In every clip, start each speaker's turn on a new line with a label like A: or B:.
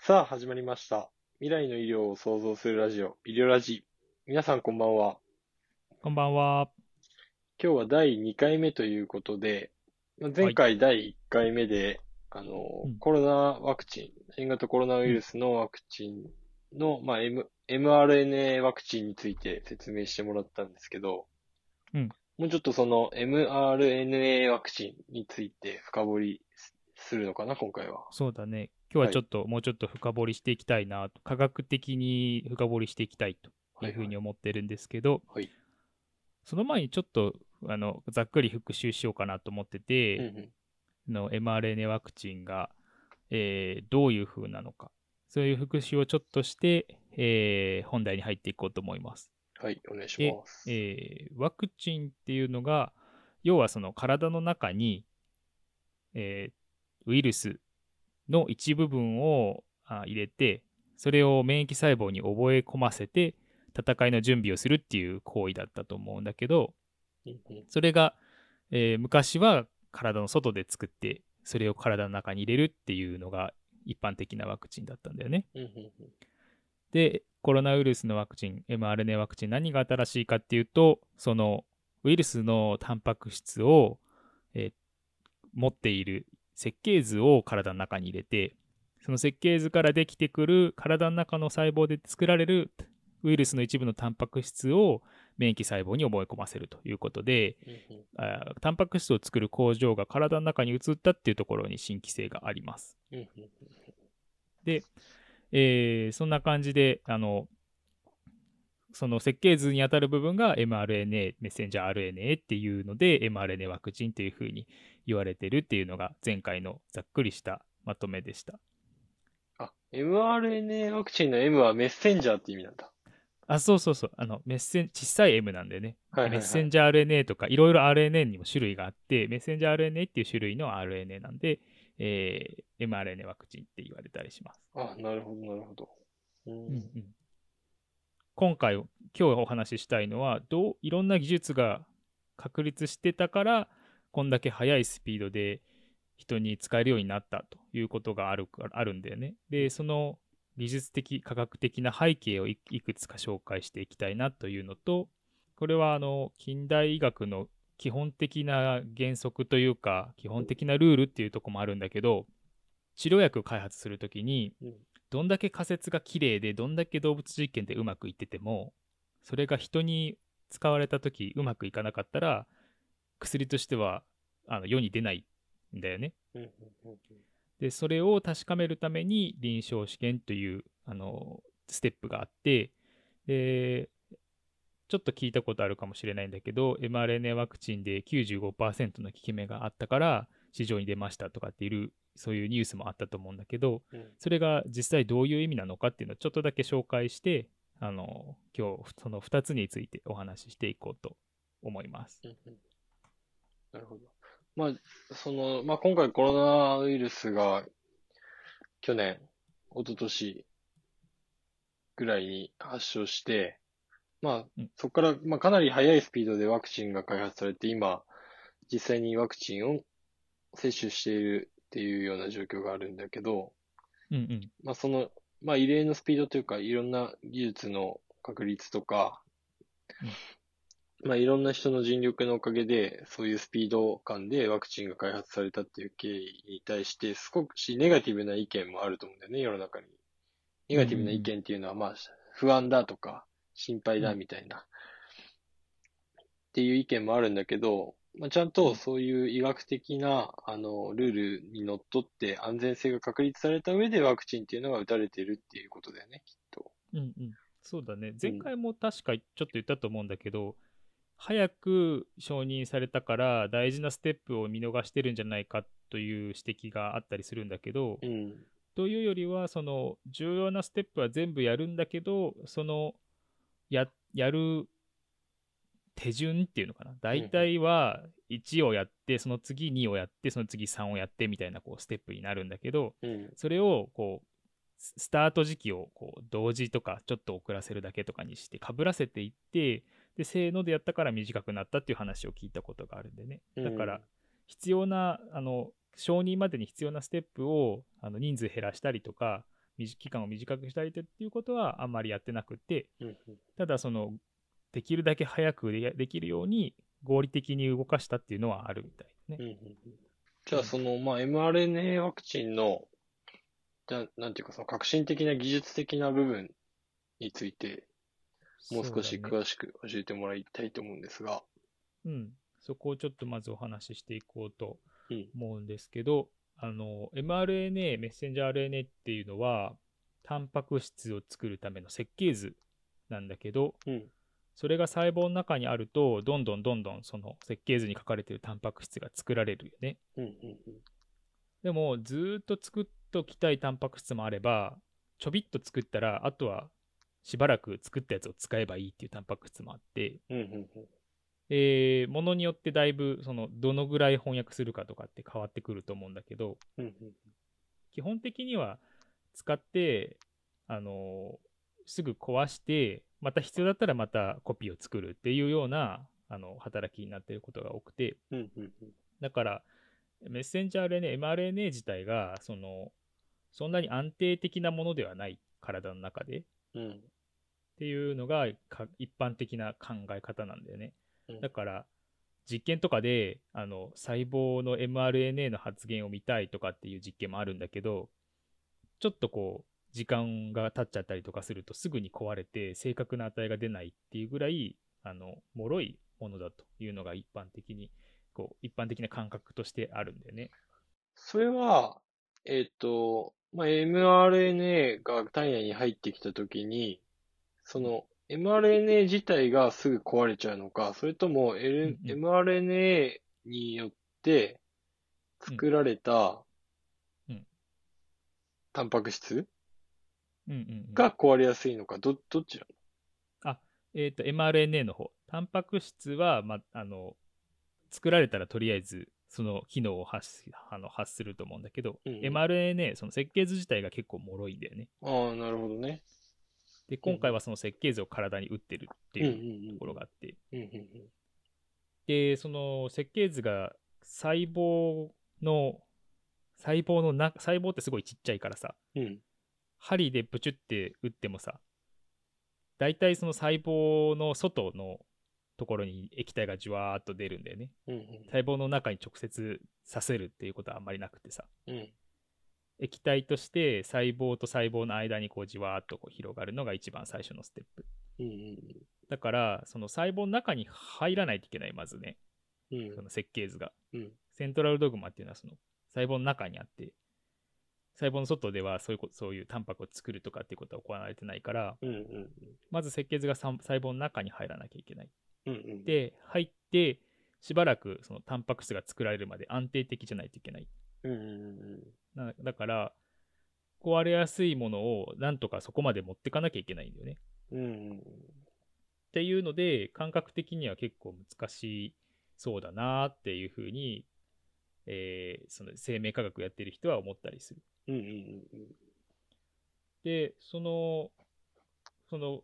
A: さあ、始まりました。未来の医療を創造するラジオ、医療ラジ。皆さんこんばんは。
B: こんばんは。
A: 今日は第2回目ということで、まあ前回第1回目で、あの、
B: うん
A: コロナワクチン、新型コロナウイルスのワクチンの、まあ、M、mRNA ワクチンについて説明してもらったんですけど、
B: うん
A: もうちょっとその mRNA ワクチンについて深掘りすするのかな、今回は。
B: そうだね。今日はちょっと、もうちょっと深掘りしていきたいなと、科学的に深掘りしていきたいというふうに思ってるんですけど、
A: はい
B: その前にちょっとあのざっくり復習しようかなと思ってて、
A: うんうん
B: の mRNA ワクチンが、えーどういう風なのか、そういう復習をちょっとして、えー本題に入っていこうと思います。
A: はい、お願いします。
B: えーワクチンっていうのが要はその体の中に、えーウイルスの一部分をあ入れてそれを免疫細胞に覚え込ませて戦いの準備をするっていう行為だったと思うんだけど
A: うんうん
B: それが、えー昔は体の外で作ってそれを体の中に入れるっていうのが一般的なワクチンだったんだよね。
A: うんうんうん
B: で、コロナウイルスのワクチン、mRNA ワクチン、何が新しいかっていうと、そのウイルスのタンパク質を、えー持っている設計図を体の中に入れて、その設計図からできてくる体の中の細胞で作られるウイルスの一部のタンパク質を免疫細胞に覚え込ませるということで、
A: うんうん
B: あータンパク質を作る工場が体の中に移ったっていうところに新規性があります。
A: うんうん
B: で、えーそんな感じで、あの、その設計図にあたる部分が mRNA、メッセンジャー RNA っていうので、mRNA ワクチンっていうふうに言われてるっていうのが前回のざっくりしたまとめでした。
A: あ、mRNA ワクチンの M はメッセンジャーって意味なんだ。
B: あ、そうそうそう、あの、メッセン、小さい M なんだよね。
A: はいはいはい
B: メッセンジャー RNA とか、いろいろ RNA にも種類があって、メッセンジャー RNA っていう種類の RNA なんで、えー mRNA ワクチンって言われたりします。
A: あ、なるほど、なるほど。うん
B: うんうん今回今日お話ししたいのはどういろんな技術が確立してたからこんだけ速いスピードで人に使えるようになったということがあるかあるんだよね。でその技術的科学的な背景をいいくつか紹介していきたいなというのとこれはあの近代医学の基本的な原則というか基本的なルールっていうとこもあるんだけど治療薬を開発するときに
A: うん
B: どんだけ仮説が綺麗でどんだけ動物実験でうまくいっててもそれが人に使われた時うまくいかなかったら薬としてはあの世に出ないんだよね。
A: うんうんうん
B: でそれを確かめるために臨床試験というあのステップがあってでちょっと聞いたことあるかもしれないんだけど mRNA ワクチンで95%の効き目があったから市場に出ましたとかっていうそういうニュースもあったと思うんだけど
A: うんうん
B: それが実際どういう意味なのかっていうのをちょっとだけ紹介してあの今日その2つについてお話ししていこうと思います。
A: うんうんなるほど。まあ、その、まあ今回コロナウイルスが去年、一昨年ぐらいに発症して、ま
B: う
A: あ
B: ん、
A: そこから、まあかなり速いスピードでワクチンが開発されて、今、実際にワクチンを接種しているっていうような状況があるんだけど、
B: うんうん
A: まあ、その、まあ、異例のスピードというか、いろんな技術の確立とか、まあ、いろんな人の尽力のおかげで、そういうスピード感でワクチンが開発されたっていう経緯に対して、少しネガティブな意見もあると思うんだよね、世の中に。ネガティブな意見っていうのは、まあ、不安だとか、心配だみたいな、っていう意見もあるんだけど、まあ、ちゃんとそういう医学的な、あの、ルールにのっとって安全性が確立された上でワクチンっていうのが打たれてるっていうことだよね、きっと。
B: うんうん、そうだね前回も確かちょっと言ったと思うんだけど、早く承認されたから大事なステップを見逃してるんじゃないかという指摘があったりするんだけど、
A: うん。
B: というよりはその重要なステップは全部やるんだけどそのややる手順っていうのかな大体は1をやってその次2をやってその次3をやってみたいなこうステップになるんだけど
A: うん。
B: それをこうススタート時期をこう同時とかちょっと遅らせるだけとかにしてかぶらせていってでせーのでやったから短くなったっていう話を聞いたことがあるんでねだか
A: うん
B: ら必要なあの承認までに必要なステップをあの人数減らしたりとか短期間を短くしたいっていうことはあんまりやってなくて、
A: うんうん
B: ただそのできるだけ早くでできるように合理的に動かしたっていうのはあるみたいね。
A: うんうんうんじゃあ、その、まあ、mRNA ワクチンの、じゃあなんていうか、その革新的な技術的な部分について、もう少し
B: そうだね
A: 詳しく教えてもらいたいと思うんですが。
B: うん、そこをちょっとまずお話ししていこうと
A: うん
B: 思うんですけど、あの mRNA メッセンジャー RNA っていうのはタンパク質を作るための設計図なんだけど
A: うん。
B: それが細胞の中にあるとどんどんどんどんその設計図に書かれてるタンパク質が作られるよね。
A: うんうん
B: でもずーっと作っときたいタンパク質もあればちょびっと作ったらあとはしばらく作ったやつを使えばいいっていうタンパク質もあって、
A: うん。うんうんうん。
B: えーものによってだいぶそのどのぐらい翻訳するかとかって変わってくると思うんだけど
A: うんうん
B: 基本的には使って、あのーすぐ壊してまた必要だったらまたコピーを作るっていうようなあの働きになっていることが多くて
A: うんうんうん。
B: だからメッセンジャー RNA、mRNA 自体がそのそんなに安定的なものではない体の中でっ
A: うん。
B: ていうのがか一般的な考え方なんだよね。
A: うん
B: だから実験とかであの細胞の mRNA の発現を見たいとかっていう実験もあるんだけどちょっとこう時間が経っちゃったりとかするとすぐに壊れて正確な値が出ないっていうぐらいあの脆いものだというのが一般的にこう一般的な感覚としてあるんだよね。
A: それは、えっと、まあ、mRNA が体内に入ってきたときに、その、mRNA 自体がすぐ壊れちゃうのか、それとも、L
B: うんう
A: mRNA によって作られた
B: うん、
A: タンパク質
B: うんうんうん
A: が壊れやすいのか、ど、どっちな
B: えー、と mRNA の方タンパク質は、ま、あの作られたらとりあえずその機能を発しあの発すると思うんだけど、
A: うんうん
B: mRNA その設計図自体が結構脆いんだよね
A: のああ、なるほどね。
B: で今回はその設計図を体に打ってるって
A: うんうん
B: いうところがあって、
A: うん。うんうんうん
B: でその設計図が細胞の細胞のな細胞ってすごいちっちゃいからさ
A: うん。
B: 針でプチュって打ってもさ大体その細胞の外のところに液体がじゅわーっと出るんだよね
A: うんうん
B: 細胞の中に直接させるっていうことはあんまりなくてさ
A: うん。
B: 液体として細胞と細胞の間にこうじわーっとこう広がるのが一番最初のステップ
A: うんうん
B: だからその細胞の中に入らないといけないまずね
A: うん。
B: その設計図が
A: うんうん。
B: セントラルドグマっていうのはその細胞の中にあって細胞の外ではそういうこそういうタンパクを作るとかっていうことは行われてないから
A: うんうん
B: まず設計図がさん細胞の中に入らなきゃいけない
A: うん。うんうん。
B: で入ってしばらくそのタンパク質が作られるまで安定的じゃないといけない
A: うんうんうん。
B: なだから壊れやすいものをなんとかそこまで持ってかなきゃいけないんだよね。
A: うんうんうん。
B: っていうので感覚的には結構難しそうだなっていうふうに、えーその生命科学やってる人は思ったりする。
A: うんうんうんうん。
B: でそのその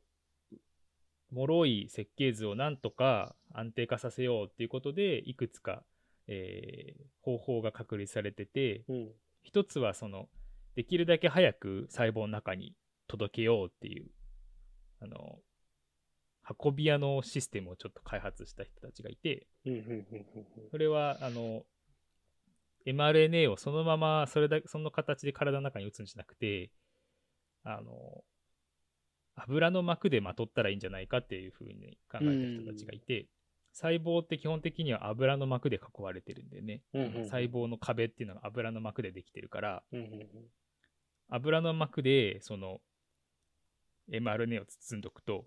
B: 脆い設計図をなんとか安定化させようっていうことでいくつか、えー方法が確立されてて、
A: うん。
B: 一つはそのできるだけ早く細胞の中に届けようっていうあの運び屋のシステムをちょっと開発した人たちがいて
A: うんうんうんうん
B: それはあの mRNA をそのままそれだその形で体の中に打つんじゃなくてあの油の膜でまとったらいいんじゃないかっていうふうに考えた人たちがいて細胞って基本的には油の膜で囲われてるんでね
A: うんうんうん
B: 細胞の壁っていうのが油の膜でできてるから
A: うんうんうん
B: 油の膜でその mRNA を包んどくと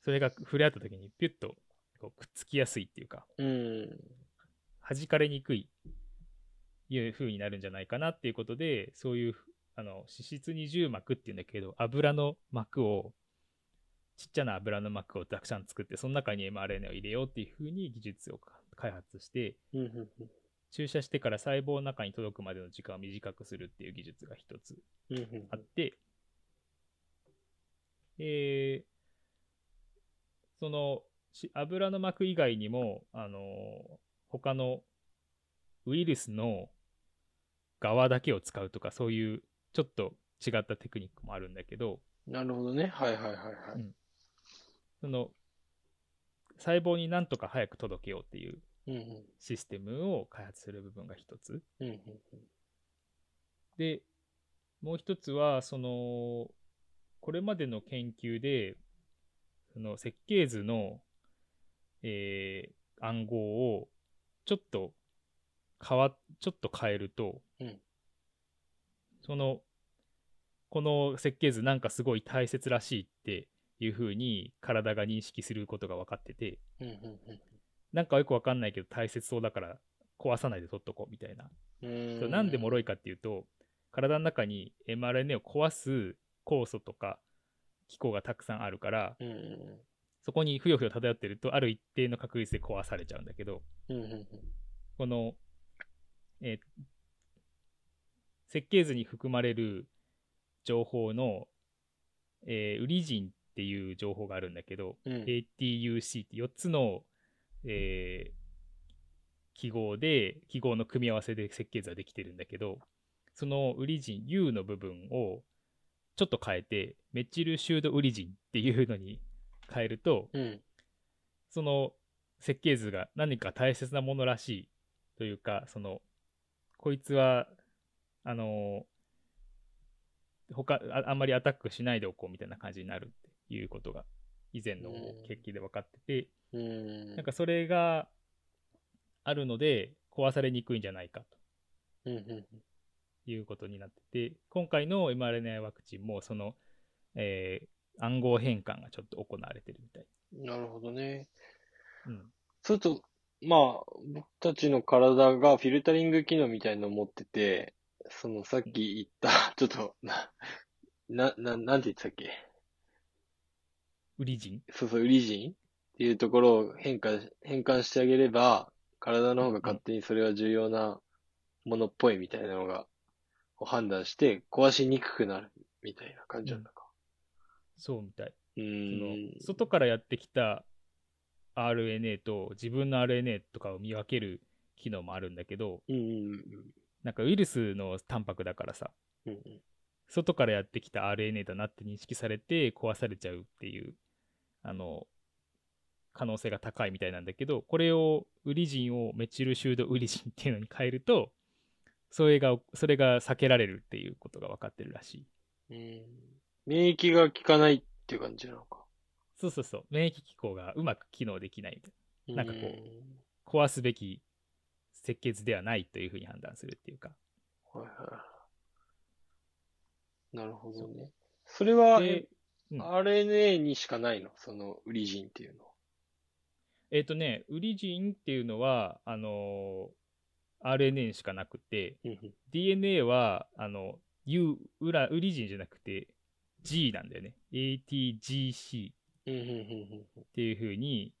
B: それが触れ合った時にピュッとこうくっつきやすいっていうか
A: うん
B: 弾かれにくいいう風になるんじゃないかなっていうことでそういうあの脂質二重膜っていうんだけど油の膜をちっちゃな油の膜をたくさん作ってその中に mRNA を入れようっていう風に技術を開発して
A: うんうん
B: 注射してから細胞の中に届くまでの時間を短くするっていう技術が一つ
A: うんうん
B: あって、えーそのし油の膜以外にも、あのー他のウイルスの側だけを使うとかそういうちょっと違ったテクニックもあるんだけど、
A: なるほどね。はいはいはいはい。
B: その細胞になんとか早く届けようっていう
A: うん
B: システムを開発する部分が一つ。
A: うん。うん
B: で、もう一つは、その、これまでの研究で、その設計図の、えー暗号をちょっと変わ、ちょっと変えると、
A: うん
B: その、この設計図なんかすごい大切らしいっていう風に体が認識することが分かってて、
A: うん。うんうん
B: なんかよく分かんないけど大切そうだから壊さないで取っとこうみたいな
A: うん。
B: そうなんで脆
A: い
B: いかっていうと体の中に mRNA を壊す酵素とか機構がたくさんあるから
A: うんうん
B: そこにふよふよ漂ってるとある一定の確率で壊されちゃうんだけど
A: うん。うんうん
B: この、えー設計図に含まれる情報の、えーウリジンっていう情報があるんだけど、
A: うん。うん。
B: ATUC って4つの、えー記号で記号の組み合わせで設計図はできてるんだけどそのウリジン U の部分をちょっと変えてメチルシュードウリジンっていうのに変えると
A: うん。
B: その設計図が何か大切なものらしいというかそのこいつはあの他ああんまりアタックしないでおこうみたいな感じになるっていうことが以前の研究で分かってて、
A: うん。
B: なんかそれがあるので壊されにくいんじゃないか
A: うんうん
B: ということになってて今回の mRNA ワクチンもその、えー暗号変換がちょっと行われてるみたい。
A: うん。なるほどね。
B: うん
A: それと、まあ、僕たちの体がフィルタリング機能みたいのを持ってて、そのさっき言った、ちょっと、な、な、ななんて言ってたっけ
B: ウリジン
A: そうそう、ウリジンっていうところを変換し、変換してあげれば、体の方が勝手にそれは重要なものっぽいみたいなのが、を判断して壊しにくくなるみたいな感じなんだか。
B: そうみたい。
A: う
B: その
A: ーん。
B: 外からやってきた RNA と自分の RNA とかを見分ける機能もあるんだけど
A: うんうん
B: なんかウイルスのタンパクだからさ
A: うんうん。うん
B: 外からやってきた RNA だなって認識されて壊されちゃうっていうあの可能性が高いみたいなんだけどこれをウリジンをメチルシュードウリジンっていうのに変えるとそれがそれが避けられるっていうことが分かってるらし
A: う
B: い
A: ん。うん免疫が効かないっていう感じなのか。
B: そうそうそう免疫機構がうまく機能できないみたいなんかこう
A: うん
B: 壊すべき設計図ではないというふうに判断するっていうか
A: はいはい。なるほどね。それは、
B: でうん
A: RNA にしかないのその、ウリジンっていうのは。
B: えっ、とねウリジンっていうのはあの RNA にしかなくて
A: うんうん
B: DNA は、あの、U、ウラ、ウリジンじゃなくて G なんだよね。ATGC っ
A: うんうんうんうん。
B: ていう風に、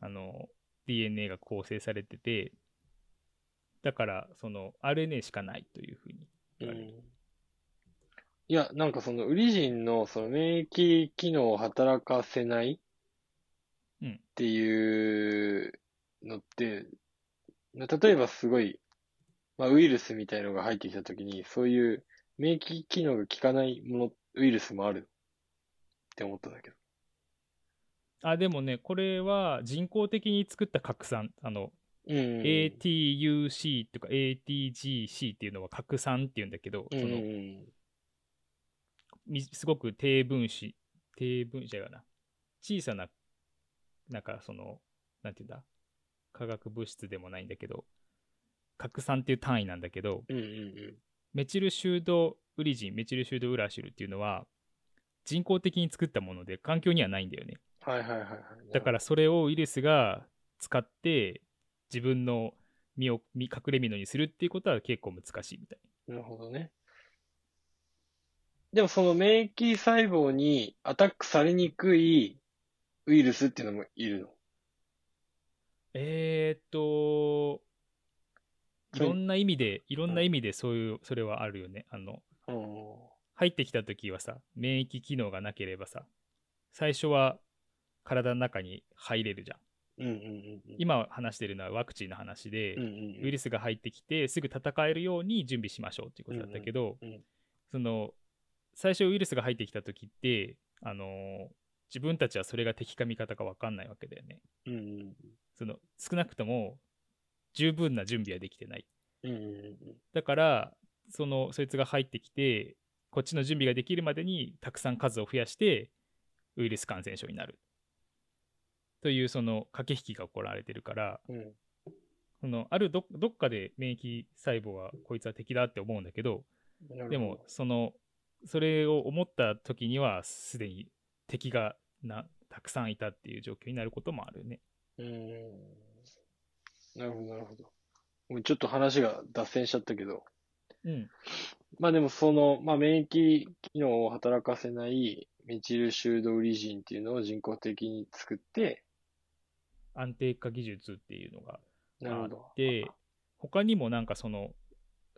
B: あの、DNA が構成されてて、だから、その、RNA しかないという風に言われる。
A: いや、なんかそのウリジンのその免疫機能を働かせない
B: うん
A: っていうのって、な例えばすごい、まあ、ウイルスみたいのが入ってきたときに、そういう免疫機能が効かないもの、ウイルスもあるって思ったんだけど。
B: あ、でもね、これは人工的に作った核酸、あの、
A: うん。
B: ATUC とか ATGC っていうのは核酸っていうんだけど、
A: うん
B: そ
A: うんう
B: の
A: ん。
B: みすごく低分子低分子だよな小さななんかそのなんていうんだ化学物質でもないんだけど核酸っていう単位なんだけど
A: うんうんうん。
B: メチルシュードウリジンメチルシュードウラシルっていうのは人工的に作ったもので環境にはないんだよね
A: はいはいはいはい。、
B: だかららそれをウイルスが使って自分の身を身隠れ身のにするっていうことは結構難しいみたい
A: なるほどね。でもその免疫細胞にアタックされにくいウイルスっていうのもいるの。
B: えー、っといろんな意味で、いろんな意味でそういう、それはあるよね。あの、
A: うん。
B: 入ってきた時はさ、免疫機能がなければさ、最初は体の中に入れるじゃん。
A: うんうんうんうん。
B: 今話してるのはワクチンの話で、
A: うんうん
B: ウイルスが入ってきて、すぐ戦えるように準備しましょうっていうことだったけど、
A: うんうん
B: その最初ウイルスが入ってきた時ってあの自分たちはそれが敵か味方か分かんないわけだよね。
A: うん。
B: その少なくとも十分な準備はできてない。
A: うんうん
B: だからそのそいつが入ってきてこっちの準備ができるまでにたくさん数を増やしてウイルス感染症になるというその駆け引きが行われてるから
A: うん。うん。
B: そのあるどどっかで免疫細胞はこいつは敵だって思うんだけど
A: なるほど
B: でも、そのそれを思った時にはすでに敵がなたくさんいたっていう状況になることもあるね。
A: うーん。なるほど、なるほど。もうちょっと話が脱線しちゃったけど。
B: うん、
A: まあでもその、まあ免疫機能を働かせないメチルシュードウリジンっていうのを人工的に作って、
B: 安定化技術っていうのが
A: なるほど
B: あっ。て他にもなんかその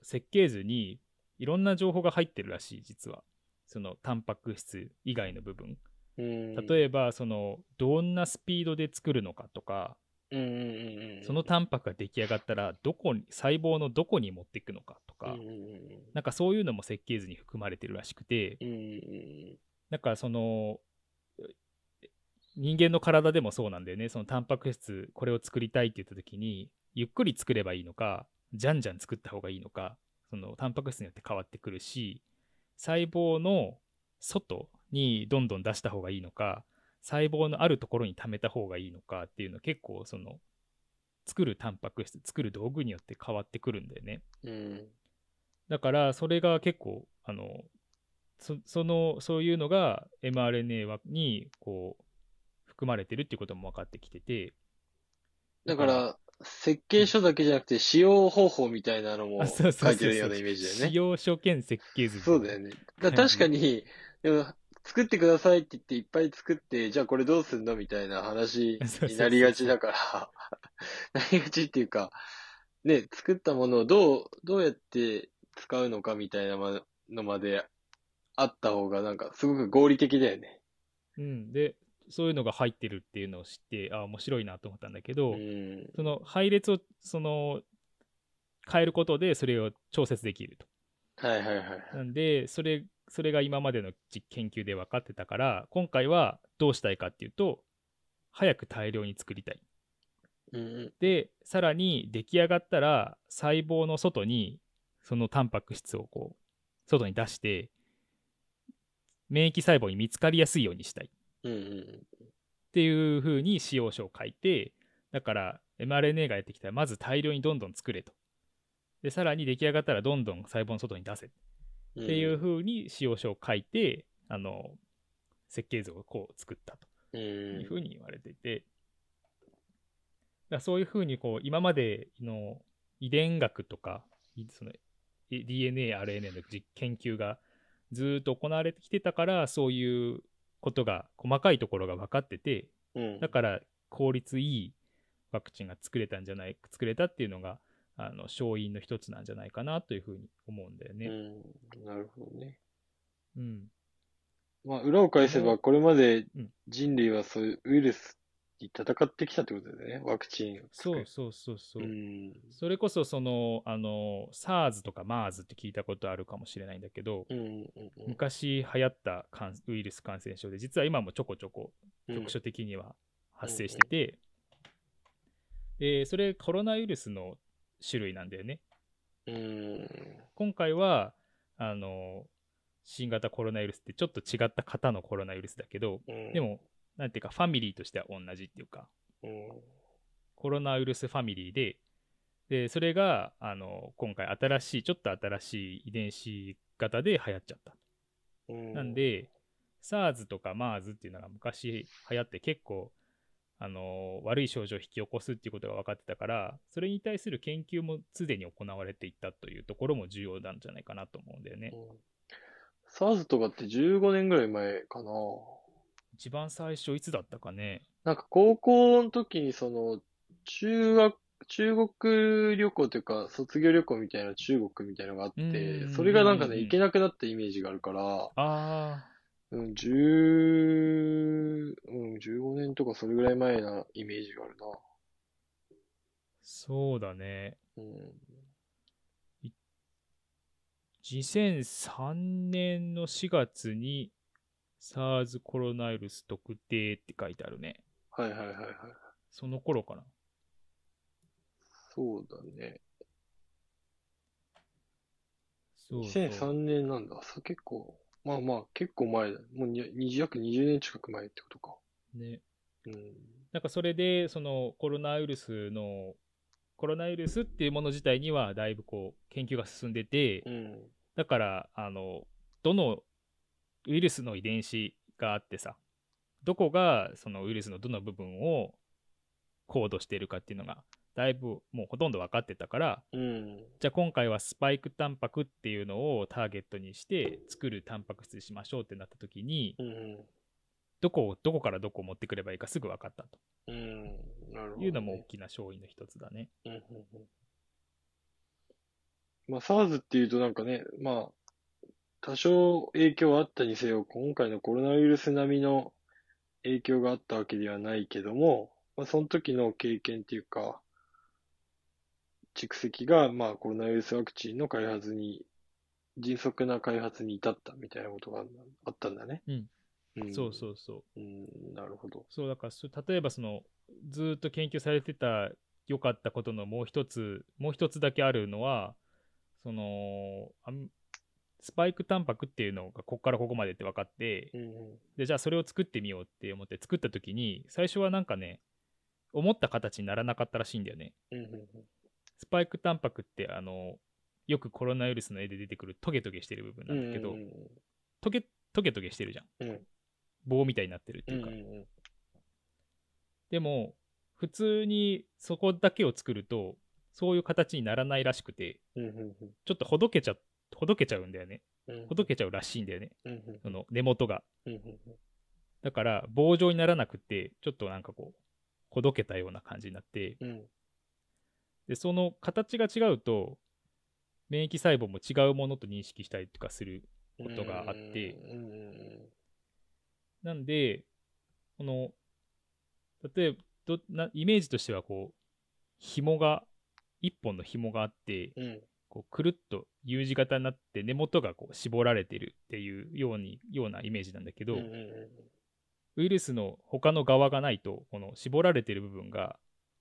B: 設計図にいろんな情報が入ってるらしい実はそのタンパク質以外の部分
A: うん。
B: 例えばそのどんなスピードで作るのかとか
A: うんうんうんうん。
B: そのタンパクが出来上がったらどこに細胞のどこに持っていくのかと
A: うん
B: か
A: うんうん
B: なんかそういうのも設計図に含まれてるらしくて
A: うんうん
B: なんかその人間の体でもそうなんだよねそのタンパク質これを作りたいって言った時にゆっくり作ればいいのかじゃんじゃん作った方がいいのかそのタンパク質によって変わってくるし細胞の外にどんどん出した方がいいのか細胞のあるところに溜めた方がいいのかっていうのは結構その作るタンパク質作る道具によって変わってくるんだよね。
A: うんうん。
B: だからそれが結構あのそそのそういうのが mRNA はにこう含まれてるっていうことも分かってきてて
A: だから、設計書だけじゃなくて使用方法みたいなのも
B: あそうそうそう
A: 書いてるようなイメージだよね。
B: 使用所見設計図
A: そうだよ
B: ね
A: ね。だから確かに、でも作ってくださいって言っていっぱい作って、じゃあこれどうすんのみたいな話になりがちだから、な りがちっていうか、ね、作ったものをどう、どうやって使うのかみたいなまのまであった方がなんかすごく合理的だよね。
B: うん、でそういうのが入ってるっていうのを知ってあ面白いなと思ったんだけ
A: う
B: ど、
A: ん。
B: その配列をその変えることでそれを調節できると
A: はいはいはい。
B: なんでそれそれが今までの実研究で分かってたから今回はどうしたいかっていうと早く大量に作りたい
A: うん
B: でさらに出来上がったら細胞の外にそのタンパク質をこう外に出して免疫細胞に見つかりやすいようにしたいっ
A: うん。うんうん。
B: ていう風に使用書を書いてだから mRNA がやってきたらまず大量にどんどん作れとでさらに出来上がったらどんどん細胞の外に出せ
A: うん
B: っていう風に使用書を書いて、あの設計図をこう作った
A: う
B: と
A: ん
B: いう風に言われていて、だからそういう風にこう今までの遺伝学とかいそのい DNA、RNA の実研究がずーっと行われてきてたからそういうことが細かいところが分かってて
A: うん。
B: だから効率いいワクチンが作れたんじゃない作れたっていうのがあの勝因の一つなんじゃないかなという風に思うんだよ
A: う
B: ね。
A: ん。なるほどね。
B: うん
A: まあ、裏を返せば、これまで
B: うん
A: 人類はそういうウイルスに戦ってきたってことだよね、ワクチンを作
B: そう
A: る。
B: そうそうそう。
A: うん。
B: それこそその、あの、SARS とか MERS って聞いたことあるかもしれないんだけど、
A: うんうんうん
B: 昔流行った感ウイルス感染症で、実は今もちょこちょこ
A: うん
B: 局所的には発生してて、で、それコロナウイルスの種類なんだよね。
A: うん。
B: 今回は、あの、新型コロナウイルスってちょっと違った型のコロナウイルスだけど、
A: うん。
B: で、も、なんていうか、ファミリーとしては同じっていうか、
A: うん。
B: コロナウイルスファミリーで、で、それが、あの、今回新しい、ちょっと新しい遺伝子型で流行っちゃった。
A: うん。
B: なん、で、SARS とか MERS っていうのが昔流行って結構、あの、悪い症状を引き起こすっていうことが分かってたから、それに対する研究もすでに行われていったというところも重要なんじゃないかなと思うんだよね
A: う。ん、SARS とかって15年ぐらい前かな。
B: 一番最初いつだったかね。
A: なんか高校の時にその、中学、中国旅行というか、卒業旅行みたいな中国みたいなのがあっ
B: う
A: て、
B: ん
A: それがなんかね、
B: うん
A: 行けなくなったイメージがあるから、
B: あ
A: うん、10、うん、15年とかそれぐらい前なイメージがあるな。
B: ー、そうだね。 2003年の4月に SARS コロナウイルス特定って書いてあるね。
A: はいはいはいはい。
B: その頃かな。
A: そうだね。
B: そうそう
A: 2003年なんだ。そう結構、まあまあ結構前だ。もうにに約20年近く前ってことか。
B: ね。
A: うん。
B: なんかそれで、そのコロナウイルスの、コロナウイルスっていうもの自体にはだいぶこう研究が進んでて、
A: うん。
B: だから、あの、どのウイルスの遺伝子があってさ、どこがそのウイルスのどの部分をコードしているかっていうのが、だいぶもうほとんど分かってたから、
A: うん。
B: じゃあ今回はスパイクタンパクっていうのをターゲットにして作るタンパク質にしましょうってなった時に、
A: うん。
B: どこをどこからどこを持ってくればいいかすぐ分かった
A: うん。なるほど、
B: と
A: ね。
B: いうのも大きな勝因の一つだね。
A: うんうんうんまあ、SARS っていうとなんかね、まあ、多少影響はあったにせよ、今回のコロナウイルス並みの影響があったわけではないけども、まあ、その時の経験っていうか、蓄積が、まあ、コロナウイルスワクチンの開発に、迅速な開発に至ったみたいなことがあんだあったんだね。
B: うん。
A: うん、。
B: そうそううそう。
A: うん、なるほど。
B: そうだからそ例えばそのずーっと研究されてた良かったことのもう一つもう一つだけあるのはそのアミスパイクタンパクっていうのがここからここまでって分かって
A: うんうん。
B: でじゃあそれを作ってみようって思って作った時に最初はなんかね思った形にならなかったらしいんだよね
A: うんうん
B: スパイクタンパクってあのよくコロナウイルスの絵で出てくるトゲトゲしてる部分
A: う。
B: なんんだけど、
A: うんうん
B: トゲトゲトゲしてるじゃん
A: うん。うん
B: 棒みたいになってるって
A: う
B: い
A: ん
B: うか、
A: うん
B: でも、普通にそこだけを作ると、そういう形にならないらしくて、
A: うんうんうん
B: ちょっとほどけちゃ、ほどけちゃうんだよね。
A: うん
B: ほどけちゃうらしいんだよね。
A: うんうん
B: その根元が。
A: うんうんうん
B: だから、棒状にならなくて、ちょっとなんかこう、ほどけたような感じになって、
A: うん
B: で、その形が違うと、免疫細胞も違うものと認識したりとかする。ことがあって
A: うんうん
B: なんで、この、例えば、どなイメージとしてはこう、紐が、一本の紐があって、
A: うんうん
B: こうくるっと U 字型になって根元がこう絞られてるっていうようにようなイメージなんだけど、
A: うんうんうん
B: ウイルスの他の側がないとこの絞られてる部分が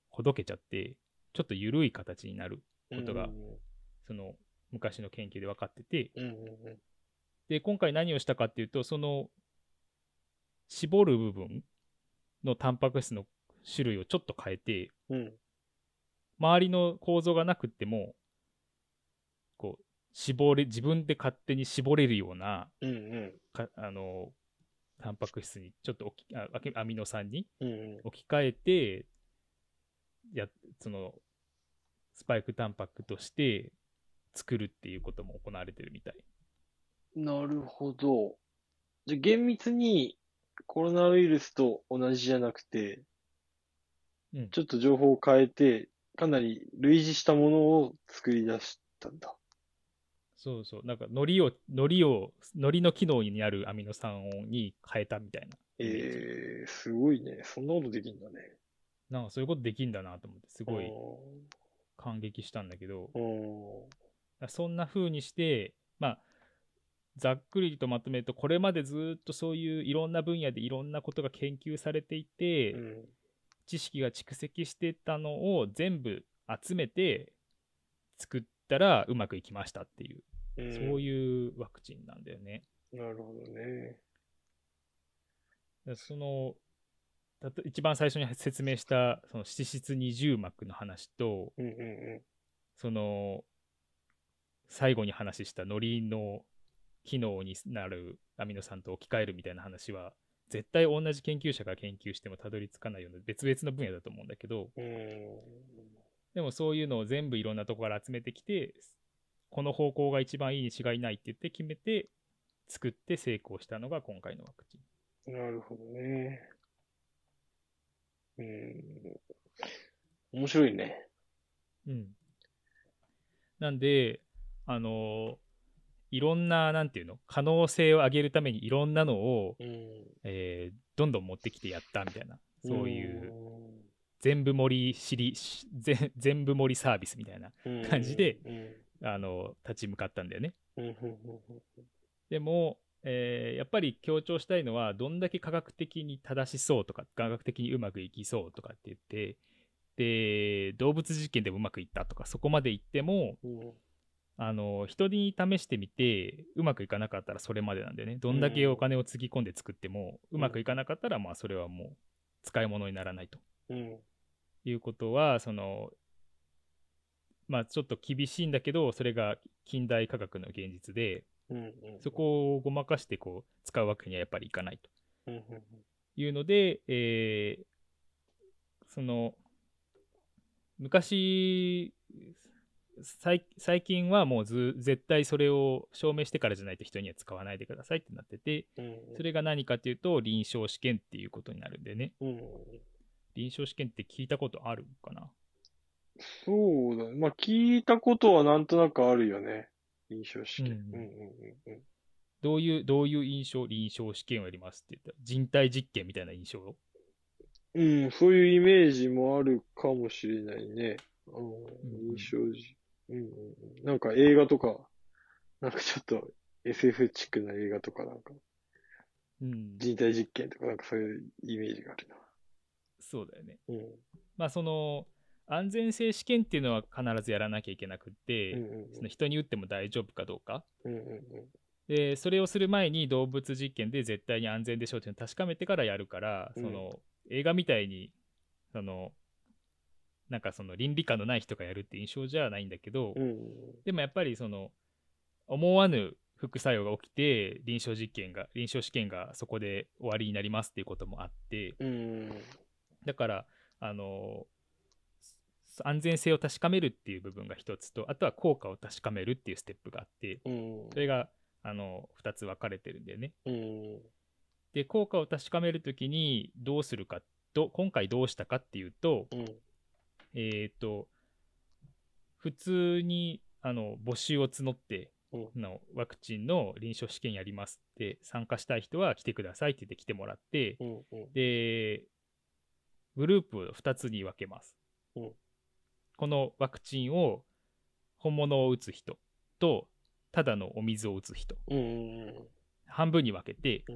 B: ほどけちゃってちょっと緩い形になることがその昔の研究で分かってて
A: うんうんうん
B: で今回何をしたかっていうとその絞る部分のタンパク質の種類をちょっと変えて
A: うん
B: 周りの構造がなくってもこう絞れ自分で勝手に絞れるような
A: うんうん
B: かあのタンパク質にちょっと置きああけアミノ酸に
A: うんうん
B: 置き換えてやそのスパイクタンパクとして作るっていうことも行われてるみたい。
A: なるほど。じゃあ厳密にコロナウイルスと同じじゃなくて、
B: うん
A: ちょっと情報を変えて、かなり類似したものを作り出したんだ。
B: そうそう。なんか海苔を海苔を海苔の機能にあるアミノ酸をに変えたみたいな。
A: えー、すごいね。そんなことできるんだね。
B: なんかそういうことできんだなと思ってすごい
A: い。
B: 感激したんだけど、
A: うん。
B: そんな風にしてまあざっくりとまとめるとこれまでずっとそういういろんな分野でいろんなことが研究されていて、
A: うん。
B: 知識が蓄積してたのを全部集めて作ったらうまくいきましたっていう、
A: うん
B: そういうワクチンなんだよね。
A: なるほどね。
B: だからそのたと一番最初に説明したその脂質二重膜の話と
A: うんう
B: その最後に話したノリの機能になるアミノ酸と置き換えるみたいな話は絶対同じ研究者が研究してもたどり着かないような別々の分野だと思うんだけど、
A: んうん。うん。
B: でもそういうのを全部いろんなとこから集めてきて、この方向が一番いいに違いないって言って決めて、作って成功したのが今回のワクチン。
A: なるほどね。うん。面白いね。
B: うん。なんで、あのーいろんな、なんていうの、可能性を上げるためにいろんなのを、
A: うん。
B: えーどんどん持ってきてやったみたいな、そういう
A: う
B: 全部盛り知り、し全全部盛りサービスみたいな、
A: うん
B: 感じで
A: うん
B: あの立ち向かったんだよね。
A: うんうんうんうん
B: でも、えーやっぱり強調したいのはどんだけ科学的に正しそうとか科学的にうまくいきそうとかって言ってで動物実験でもうまくいったとかそこまでいっても
A: うん
B: あの人に試してみてうまくいかなかったらそれまでなんだよねどんだけお金をつぎ込んで作っても、うまくいかなかったらまあそれはもう使い物にならないと
A: うん
B: いうことはそのまあちょっと厳しいんだけどそれが近代科学の現実で
A: うんうん
B: そこをごまかしてこう使うわけにはやっぱりいかないと
A: うんうんうん
B: いうので、えーその昔最最近はもうず絶対それを証明してからじゃないと人には使わないでくださいってなってて
A: うん
B: それが何かというと臨床試験っていうことになるんでね
A: うん
B: 臨床試験って聞いたことあるかな
A: そうだね。まあ、聞いたことはなんとなくあるよね。臨床試験。
B: うん
A: うんうん
B: どういうどういう印象臨床試験をやりますって言ったら人体実験みたいな印象
A: うん、うん、そういうイメージもあるかもしれないね。うん、
B: うん
A: 印象時。うんうんうん、なんか映画とか、なんかちょっと SF チックな映画とかなんか、
B: うん
A: 人体実験とかなんかそういうイメージがあるな。
B: そうだよね
A: うん。
B: まあその安全性試験っていうのは必ずやらなきゃいけなくって、
A: うんうん
B: その人に打っても大丈夫かどうか
A: うん。うんうん
B: でそれをする前に動物実験で絶対に安全でしょうっていうのを確かめてからやるから、
A: うん
B: その映画みたいにそのなんかその倫理観のない人がやるって印象じゃないんだけど、
A: うん。うん
B: でもやっぱりその思わぬ副作用が起きて臨床実験が臨床試験がそこで終わりになりますっていうこともあって
A: うんうん。
B: だからあの安全性を確かめるっていう部分が一つとあとは効果を確かめるっていうステップがあって
A: うん
B: それがあの2つ分かれてるんだよね。
A: うん。
B: で効果を確かめるときにどうするかと今回どうしたかっていうと
A: うん。
B: えっ、と普通にあの募集を募って
A: うん
B: のワクチンの臨床試験やりますって参加したい人は来てくださいって言って来てもらって
A: うん。うん。
B: でグループを2つに分けます、
A: うん
B: このワクチンを本物を打つ人とただのお水を打つ人
A: うん。うん。
B: 半分に分けて、
A: うん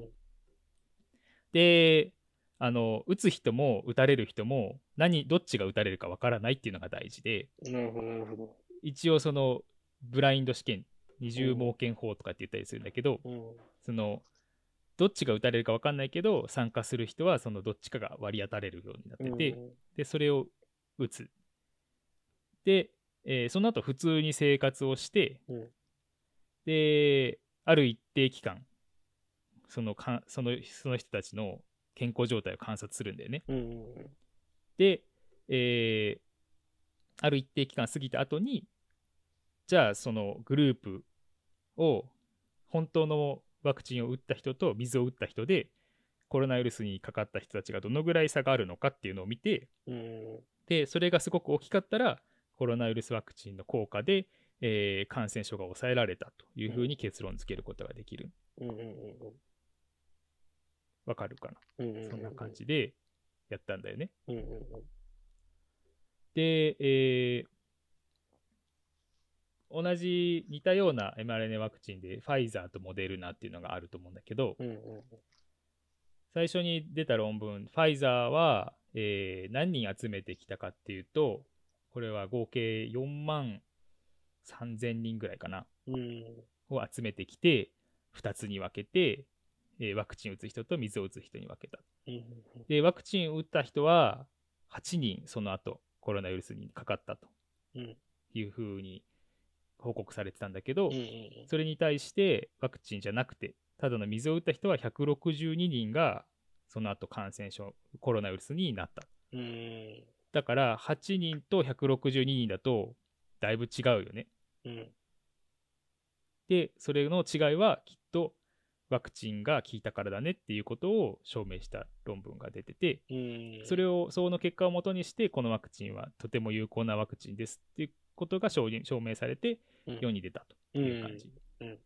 B: であの打つ人も打たれる人も何どっちが打たれるかわからないっていうのが大事で
A: なるほど、なるほど。
B: 一応そのブラインド試験二重盲検法とかって言ったりするんだけど、
A: うん。
B: そのどっちが打たれるかわかんないけど参加する人はそのどっちかが割り当たれるようになってて、でそれを打つで、えーその後普通に生活をして、
A: うん
B: である一定期間そのかんそのその人たちの健康状態を観察するんだよね
A: うんうん
B: で、えーある一定期間過ぎた後にじゃあそのグループを本当のワクチンを打った人と水を打った人でコロナウイルスにかかった人たちがどのぐらい差があるのかっていうのを見て、
A: うんうん
B: でそれがすごく大きかったらコロナウイルスワクチンの効果で、えー感染症が抑えられたというふうに結論付けることができる
A: うんうん
B: わかるか
A: うんう
B: なんそんな感。じでやったんだよね
A: うんうんうん
B: で、えー同じ似たような mRNA ワクチンでファイザーとモデルナっていうのがあると思うんだけど
A: うんうん
B: 最初に出た論文ファイザーは、えー何人集めてきたかっていうとこれは合計4万3000人ぐらいかな
A: うんうん
B: を集めてきて2つに分けて、えーワクチンを打つ人と水を打つ人に分けた
A: うん
B: でワクチンを打った人は8人その後コロナウイルスにかかったと
A: うん
B: いうふうに報告されてたんだけど、
A: うんうん
B: それに対してワクチンじゃなくてただの水を打った人は162人がその後感染症コロナウイルスになった
A: うん
B: だから8人と162人だとだいぶ違うよね
A: うん
B: でそれの違いはきっとワクチンが効いたからだねっていうことを証明した論文が出てて
A: うん
B: それをその結果をもとにしてこのワクチンはとても有効なワクチンですっていうことが証明証明されて
A: うん
B: 世に出たという感じ、
A: うんうん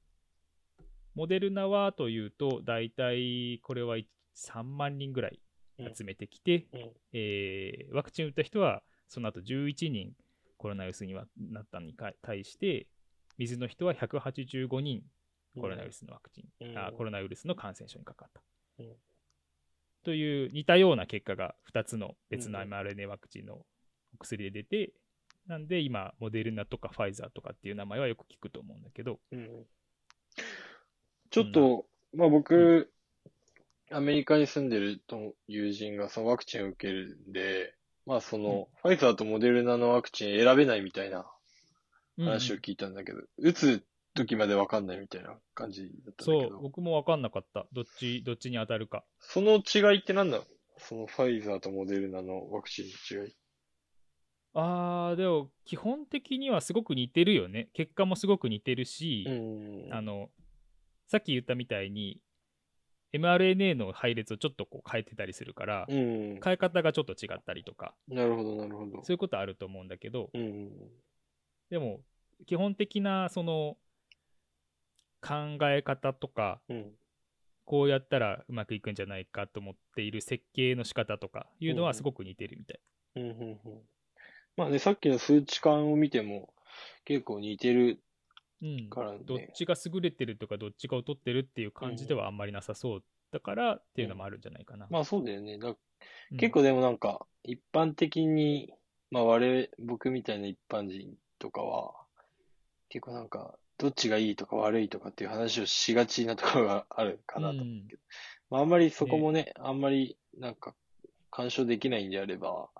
B: モデルナはというと大体これは3万人ぐらい集めてきて、
A: うんうん
B: えーワクチン打った人はその後11人コロナウイルスにはなったのにか対して水の人は185人コロナウイルスのワクチン、
A: うん
B: あコロナウイルスの感染症にかかった。
A: うん
B: という似たような結果が2つの別の mRNA ワクチンのお薬で出て、なんで今、モデルナとかファイザーとかっていう名前はよく聞くと思うんだけど、
A: うんちょっと、まあ僕、アメリカに住んでると友人がそのワクチンを受けるんで、まあその、ファイザーとモデルナのワクチン選べないみたいな話を聞いたんだけど、打つ時までわかんないみたいな感じだったんだ
B: そ
A: け
B: う、
A: ど、
B: 僕も分かんなかった。どっち、どっちに当たるか。
A: その違いって何なのそのファイザーとモデルナのワクチンの違い。
B: あー、でも、基本的にはすごく似てるよね。結果もすごく似てるし、
A: うん。
B: あの、さっき言ったみたいに、mRNA の配列をちょっとこう変えてたりするから、
A: うん。
B: 変え方がちょっと違ったりとか、
A: なるほど、なるほど。
B: そういうことあると思うんだけど、
A: うん。
B: でも、基本的な、その、考え方とか、
A: うん。
B: こうやったらうまくいくんじゃないかと思っている設計の仕方とかいう
A: うん
B: の
A: う
B: は
A: ん
B: すごく似てるみたい。
A: うんうんうん。まあね、さっきの数値感を見ても、結構似てる
B: うん。
A: からね。
B: どっちが優れてるとか、どっちが劣ってるっていう感じではあんまりなさそうだからっていうのもあるんじゃないかな。
A: まあそうだよね。だ
B: うん
A: 結構でもなんか、一般的に、まあ我々、僕みたいな一般人とかは、結構なんか、どっちがいいとか悪いとかっていう話をしがちなところがあるかなと。
B: うん
A: まああんまりそこもね、あんまりなんか、干渉できないんであれば、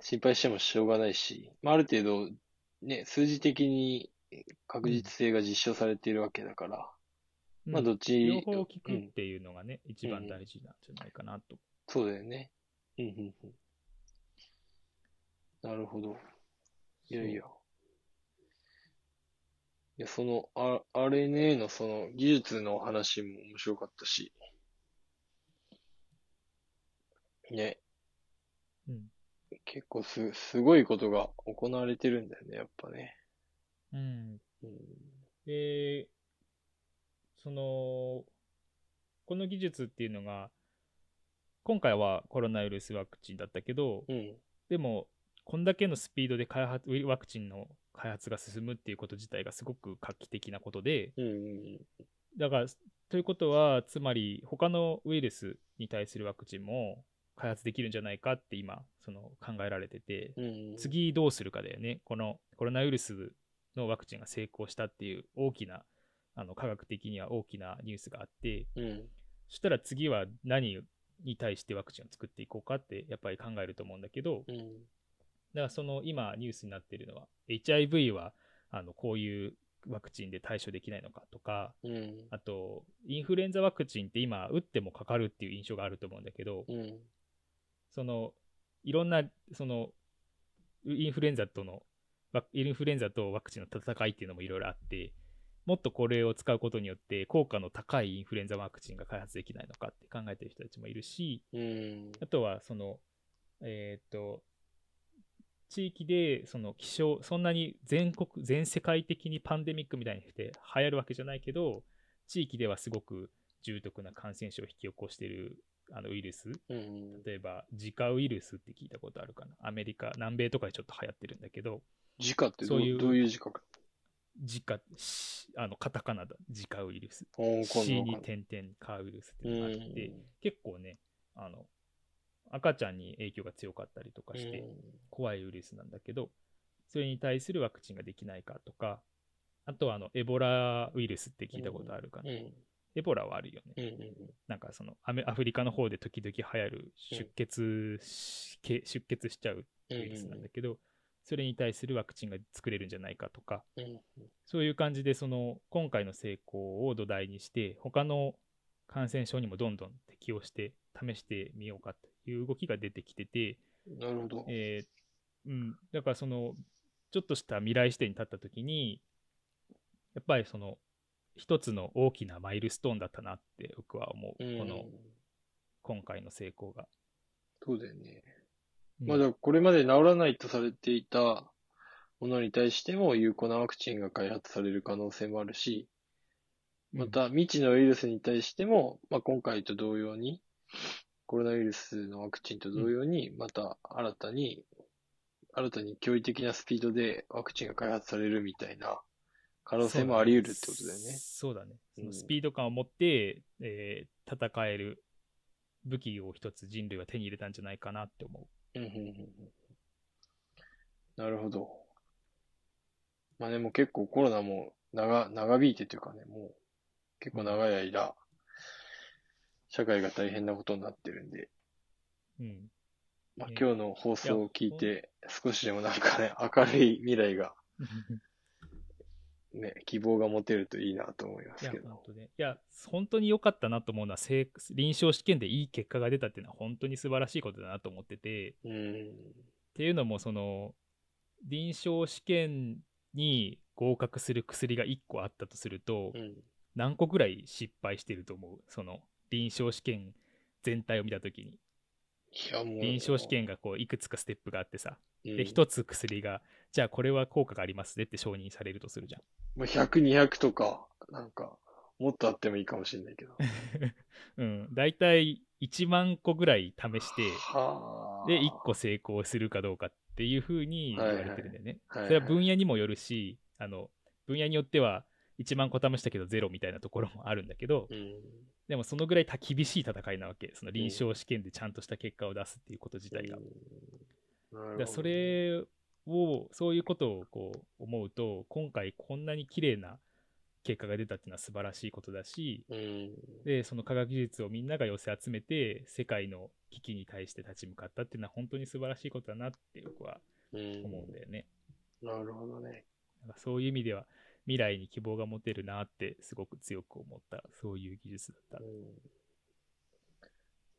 A: 心配してもしょうがないし、まあある程度、ね、数字的に確実性が実証されているわけだから、まあ
B: うん
A: どっち、
B: 両方聞く
A: う
B: っ
A: ん
B: ていうのがね、一番大事なんじゃないかなと。
A: そうだよね。うんうんうん。なるほど。いやいや。いや、その、あ、RNA のその技術の話も面白かったし。ね、
B: うん。
A: 結構す、すごいことが行われてるんだよね、やっぱね。
B: うん。
A: うん。
B: で、その、この技術っていうのが、今回はコロナウイルスワクチンだったけど、
A: うん。
B: でも、こんだけのスピードで開発ウイルワクチンの開発が進むっていうこと自体がすごく画期的なことで、
A: うんうん
B: だから、ということは、つまり、他のウイルスに対するワクチンも開発できるんじゃないかって今、その考えられてて、
A: うん。うん。
B: 次どうするかだよね。このコロナウイルスのワクチンが成功したっていう大きな、あの科学的には大きなニュースがあって、
A: うん。
B: そしたら次は何に対してワクチンを作っていこうかってやっぱり考えると思うんだけど、
A: うん。
B: だからその今ニュースになってるのは、HIV はあのこういうワクチンで対処できないのかとか、
A: うん。
B: あとインフルエンザワクチンって今打ってもかかるっていう印象があると思うんだけど、
A: うん。
B: そのいろんなそのインフルエンザとのワインフルエンザとワクチンの戦いっていうのもいろいろあってもっとこれを使うことによって効果の高いインフルエンザワクチンが開発できないのかって考えてる人たちもいるし
A: うん。
B: あとはそのえーっと地域でその気象そんなに全国全世界的にパンデミックみたいにして流行るわけじゃないけど地域ではすごく重篤な感染症を引き起こしているあのウイルス
A: うん。
B: 例えば、ジカウイルスって聞いたことあるかな。アメリカ、南米とかでちょっと流行ってるんだけど、
A: 自家ってど
B: そういう
A: どういう自家か。
B: ジカ、しあの、カタカナだ、ジカウイルス。
A: あーわかんない
B: C
A: わかん
B: に
A: ない
B: 点々カウイルスって
A: う
B: いうの
A: ん
B: があって、結構ね、あの、赤ちゃんに影響が強かったりとかして、怖いウイルスなんだけど、それに対するワクチンができないかとか、あとはあの、エボラウイルスって聞いたことあるか
A: うん。
B: な。
A: うん。
B: エボラはあるよね。
A: うん
B: なんかそのアメアフリカの方で時々流行る出血し、け出血しちゃう
A: うんうん。
B: ウイルスなんだけど、それに対するワクチンが作れるんじゃないかとか、
A: うんうん
B: そういう感じで、その今回の成功を土台にして、他の感染症にもどんどん適用して、試してみようかという動きが出てきてて、
A: なるほど。
B: えーうん、だからその、ちょっとした未来視点に立ったときに、やっぱりその、一つの大きなマイルストーンだったなって僕は思う、
A: うん
B: この今回の成功が。
A: そうだよね。
B: うん
A: まあだからこれまで治らないとされていたものに対しても有効なワクチンが開発される可能性もあるし、また未知のウイルスに対しても、まあ今回と同様に、コロナウイルスのワクチンと同様に、また新たに、新たに驚異的なスピードでワクチンが開発されるみたいな可能性もあり得るってことだよね。
B: そうだね。そ
A: うん
B: のスピード感を持って、えー戦える武器を一つ人類は手に入れたんじゃないかなって思う。
A: うんうんうんうんなるほど。まあでも結構コロナも長、長引いてというかね、もう結構長い間、社会が大変なことになってるんで、
B: うん。
A: まあ
B: ね
A: 今日の放送を聞いて、少しでもなんかね、明るい未来が、ね、希望が持てるといいなと思いま
B: い
A: す
B: や
A: け、
B: 本
A: ど。
B: 当ね。いや、本当に良かったなと思うのは、成臨床試験でいい結果が出たっていうのは本当に素晴らしいことだなと思ってて、っ
A: うん。
B: ていうのも、その、臨床試験に合格する薬が1個あったとすると
A: う、ん。
B: 何個ぐらい失敗してると思うその、臨床試験全体を見たときに。
A: いやもう。
B: 臨床試験がこういくつかステップがあってさ、
A: うん
B: で、1つ薬が、じゃあこれは効果がありますねって承認されるとするじゃん。
A: もう100、200とか、なんか、もっとあってもいいかもしれないけど。
B: うん、大体1万個ぐらい試 して、
A: はあ。
B: で、1個成功するかどうかっていうふうに言われてるんだよね。
A: はいはい
B: それは分野にもよるし、あの、分野によっては1万個試したけどゼロみたいなところもあるんだけど、
A: うん。
B: でもそのぐらいた厳しい戦いなわけ。その臨床試験でちゃんとした結果を出すっていうこと自体が。
A: うん。なるほど
B: だからそ、れを、そういうことをこう思うと、今回こんなに綺麗な結果が出たっていうのは素晴らしいことだし、
A: うん。
B: で、その科学技術をみんなが寄せ集めて、世界の危機に対して立ち向かったっていうのは本当に素晴らしいことだなって僕は
A: うん
B: 思うんだよね。
A: なるほどね。
B: なんかそういう意味では未来に希望が持てるなってすごく強く思った、そういう技術だった。
A: うん。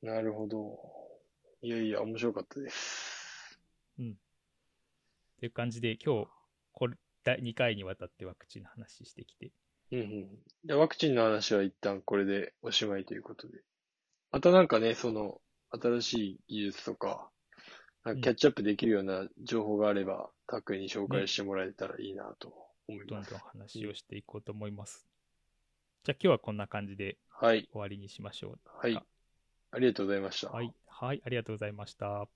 A: なるほど。いやいや、面白かったです。
B: という感じで今日これ第2回にわたってワクチンの話してきて、
A: うんうん。じゃあワクチンの話は一旦これでおしまいということで。またなんかね、その、新しい技術とか、なんかキャッチアップできるような情報があれば、タクに紹介してもらえたらいいなと思い
B: どん
A: ます。
B: どん話をしていこうと思います。じゃあ今日はこんな感じで
A: はい。
B: 終わりにしましょう。
A: はい。ありがとうございました。
B: はい、はい、ありがとうございました。